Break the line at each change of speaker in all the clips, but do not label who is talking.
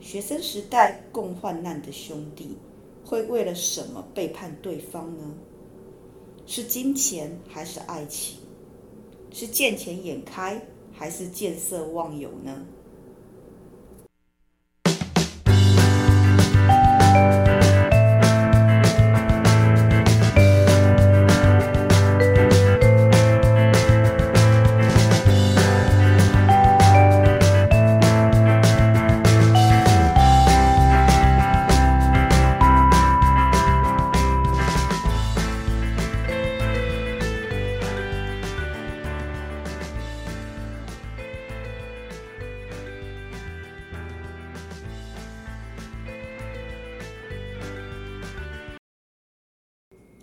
学生时代共患难的兄弟，会为了什么背叛对方呢？是金钱还是爱情？是见钱眼开还是见色忘友呢？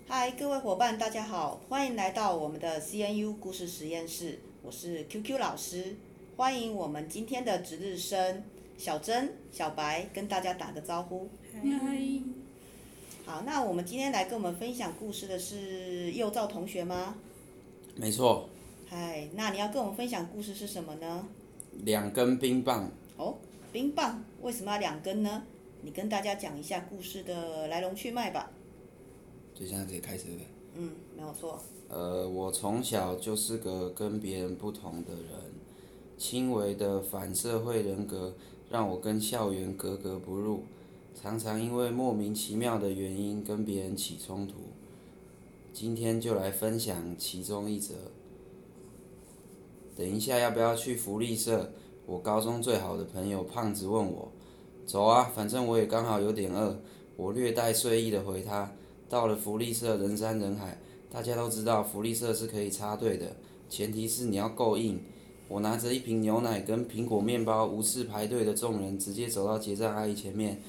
嗨，各位伙伴，大家好，欢迎来到我们的 CNU 故事实验室，我是 QQ 老师，欢迎我们今天的值日生小珍、小白跟大家打个招呼。好，那我们今天来跟我们分享故事的是幼照同学吗？
没错，
嗨，那你要跟我们分享故事是什么呢？
两根冰棒，
哦，冰棒为什么要两根呢？你跟大家讲一下故事的来龙去脉吧。
就现在直接开始对不对
嗯，没有错。
呃，我从小就是个跟别人不同的人，轻微的反社会人格让我跟校园格格不入，常常因为莫名其妙的原因跟别人起冲突。今天就来分享其中一则。等一下要不要去福利社？我高中最好的朋友胖子问我，走啊，反正我也刚好有点饿。我略带睡意的回他，到了福利社人山人海。大家都知道福利社是可以插队的，前提是你要够硬。我拿着一瓶牛奶跟苹果面包，无视排队的众人，直接走到结账阿姨前面。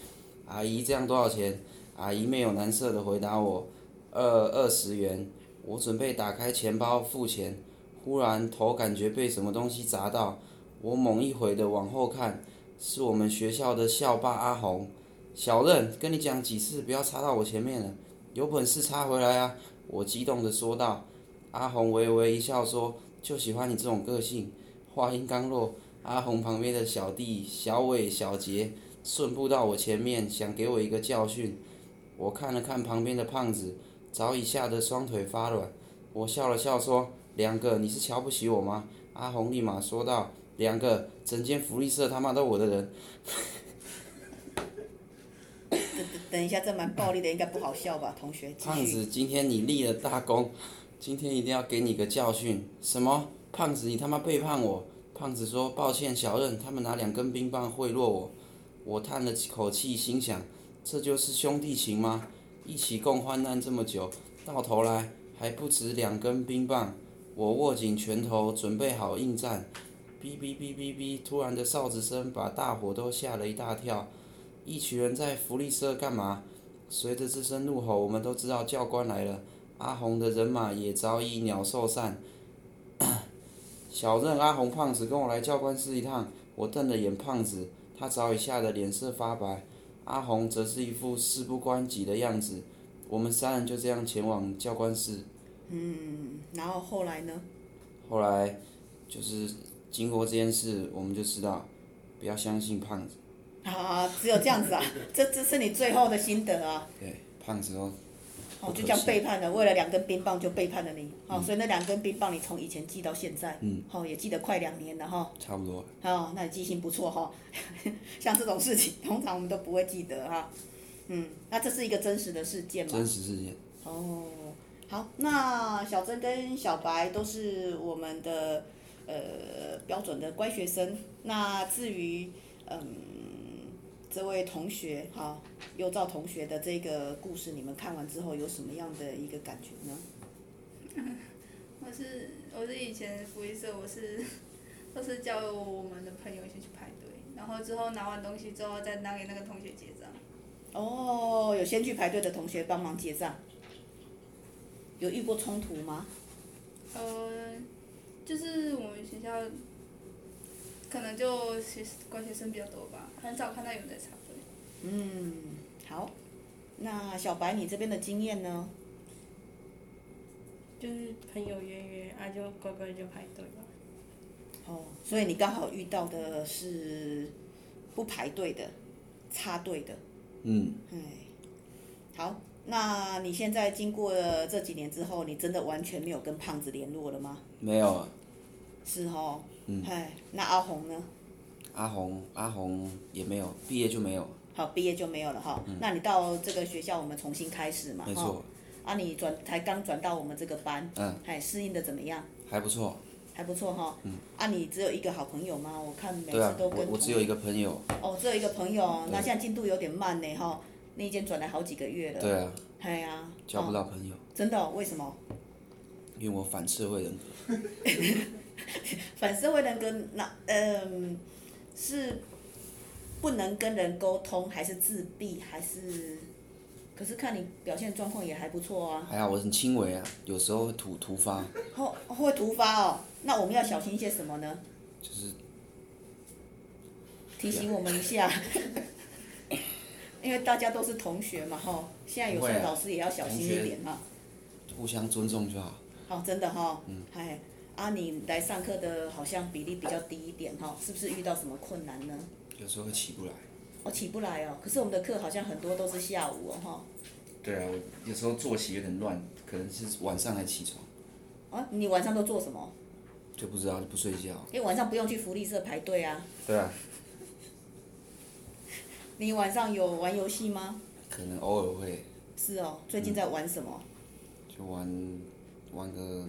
阿姨，这样多少钱？阿姨面有难色的回答我：二二十元。我准备打开钱包付钱，忽然头感觉被什么东西砸到，我猛一回的往后看，是我们学校的校霸阿红。小任，跟你讲几次，不要插到我前面了，有本事插回来啊！我激动地说道。阿红微微一笑说：“就喜欢你这种个性。”话音刚落，阿红旁边的小弟小伟、小杰顺步到我前面，想给我一个教训。我看了看旁边的胖子，早已吓得双腿发软。我笑了笑说：“两个，你是瞧不起我吗？”阿红立马说道：“两个，整间福利社他妈都我的人。
等等一下，这蛮暴力的，应该不好笑吧？同学，继
胖
续。
子，今天你立了大功，今天一定要给你个教训。什么？胖子，你他妈背叛我！胖子说：“抱歉，小任，他们拿两根冰棒贿赂我。”我叹了口气，心想：这就是兄弟情吗？一起共患难这么久，到头来还不止两根冰棒。我握紧拳头，准备好应战。哔哔哔哔哔！突然的哨子声把大伙都吓了一大跳。一群人在福利社干嘛？随着这声怒吼，我们都知道教官来了。阿红的人马也早已鸟兽散。 小任、阿红、胖子跟我来教官室一趟。我瞪了眼胖子，他早已吓得脸色发白。阿红则是一副事不关己的样子。我们三人就这样前往教官室。
嗯，然后后来呢？
后来就是经过这件事，我们就知道不要相信胖子。
啊，只有这样子啊，这这是你最后的心得啊！
对，胖子哦，
哦，就这样背叛了，为了两根冰棒就背叛了你。哦，所以那两根冰棒你从以前记到现在，嗯，哦，也记得快两年了哈。
差不多。
哦，那你记性不错哈、像这种事情，通常我们都不会记得哈、嗯，那这是一个真实的事件嘛？
真实事件。
哦，好，那小珍跟小白都是我们的呃标准的乖学生。那至于嗯这位同学哈，幼照同学的这个故事，你们看完之后有什么样的一个感觉呢？
我是我是以前福利社，我是都是叫我们的朋友先去排队，然后之后拿完东西之后再拿给那个同学结账。
哦，有先去排队的同学帮忙结账，有遇过冲突吗？
呃，就是我们学校可能就学乖学生比较多吧，很少看到有人在插队。
嗯，好，那小白你这边的经验呢？
就是朋友约约啊，就乖乖就排队吧。
哦，所以你刚好遇到的是不排队的，插队的。
嗯，
好，那你现在经过了这几年之后，你真的完全没有跟胖子联络了吗？
没有啊。
是哦，嗯，那阿红呢？
阿红，阿红也没有，毕业就没有，
好，毕业就没有了哈。那你到这个学校，我们重新开始嘛，
嗯没
哈。
错，
啊，你转才刚转到我们这个班，嗯，哎，适应的怎么样？
还不错。
还不错哈。嗯。啊，你只有一个好朋友吗？我看每
对
次
啊，
都
我
跟
我只有一个朋友。
哦，只有一个朋友哦，那现在进度有点慢呢哈。你已经转来好几个月了。
对啊，
哎呀。
交不
哦。
到朋友，
真的哦？为什么？
因为我反社会
哦
人格。
反社会人格那嗯、是不能跟人沟通，还是自闭，还是？可是看你表现状况也还不错啊。
还好哎我很轻微啊，有时候会突突发，
后会突发哦，那我们要小心一些什么呢？
就是
提
啊
醒我们一下， 因为大家都是同学嘛，吼，现在有时
不会
候
啊
老师也要小心一点哈。
互相尊重就好。
好，真的哈，
嗯
哎，啊，你来上课的好像比例比较低一点哈，是不是遇到什么困难呢？
有时候会起不来。
我、起不来哦，可是我们的课好像很多都是下午哦，哈。
对啊，我有时候作息有点乱，可能是晚上才起床，
啊，你晚上都做什么？
就不知道就不睡觉。
因为晚上不用去福利社排队啊。
对啊，
你晚上有玩游戏吗？
可能偶尔会
是哦，最近在玩什么？
就玩玩个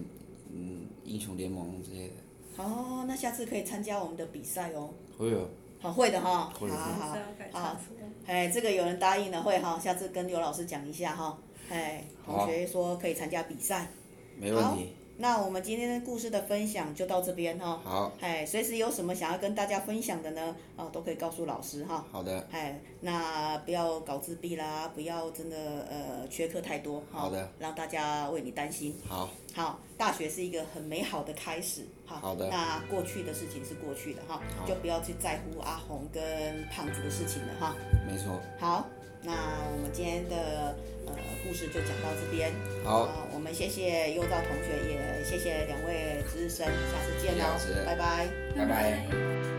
嗯英雄联盟之类的。
哦，那下次可以参加我们的比赛哦。
会有
好，会的哈，好
会的
好
是
好
要，改
好
差错。
哎，这个有人答应了会哈，下次跟刘老师讲一下哈，哎，同学说可以参加比赛。
没问题。
那我们今天的故事的分享就到这边哈，
好，
哎，随时有什么想要跟大家分享的呢，啊，都可以告诉老师哈。
好的，
哎，那不要搞自闭啦，不要真的呃缺课太多哈，
好的
让大家为你担心。
好，
好，大学是一个很美好的开始。好，
好的
那过去的事情是过去的哈，就不要去在乎阿红跟胖子的事情了哈。
没错。
好，那我们今天的呃故事就讲到这边。
好，
呃我们谢谢优照同学，也谢谢两位值日生，下次见
谢谢
喽
老师，
嗯拜拜。
拜拜。
拜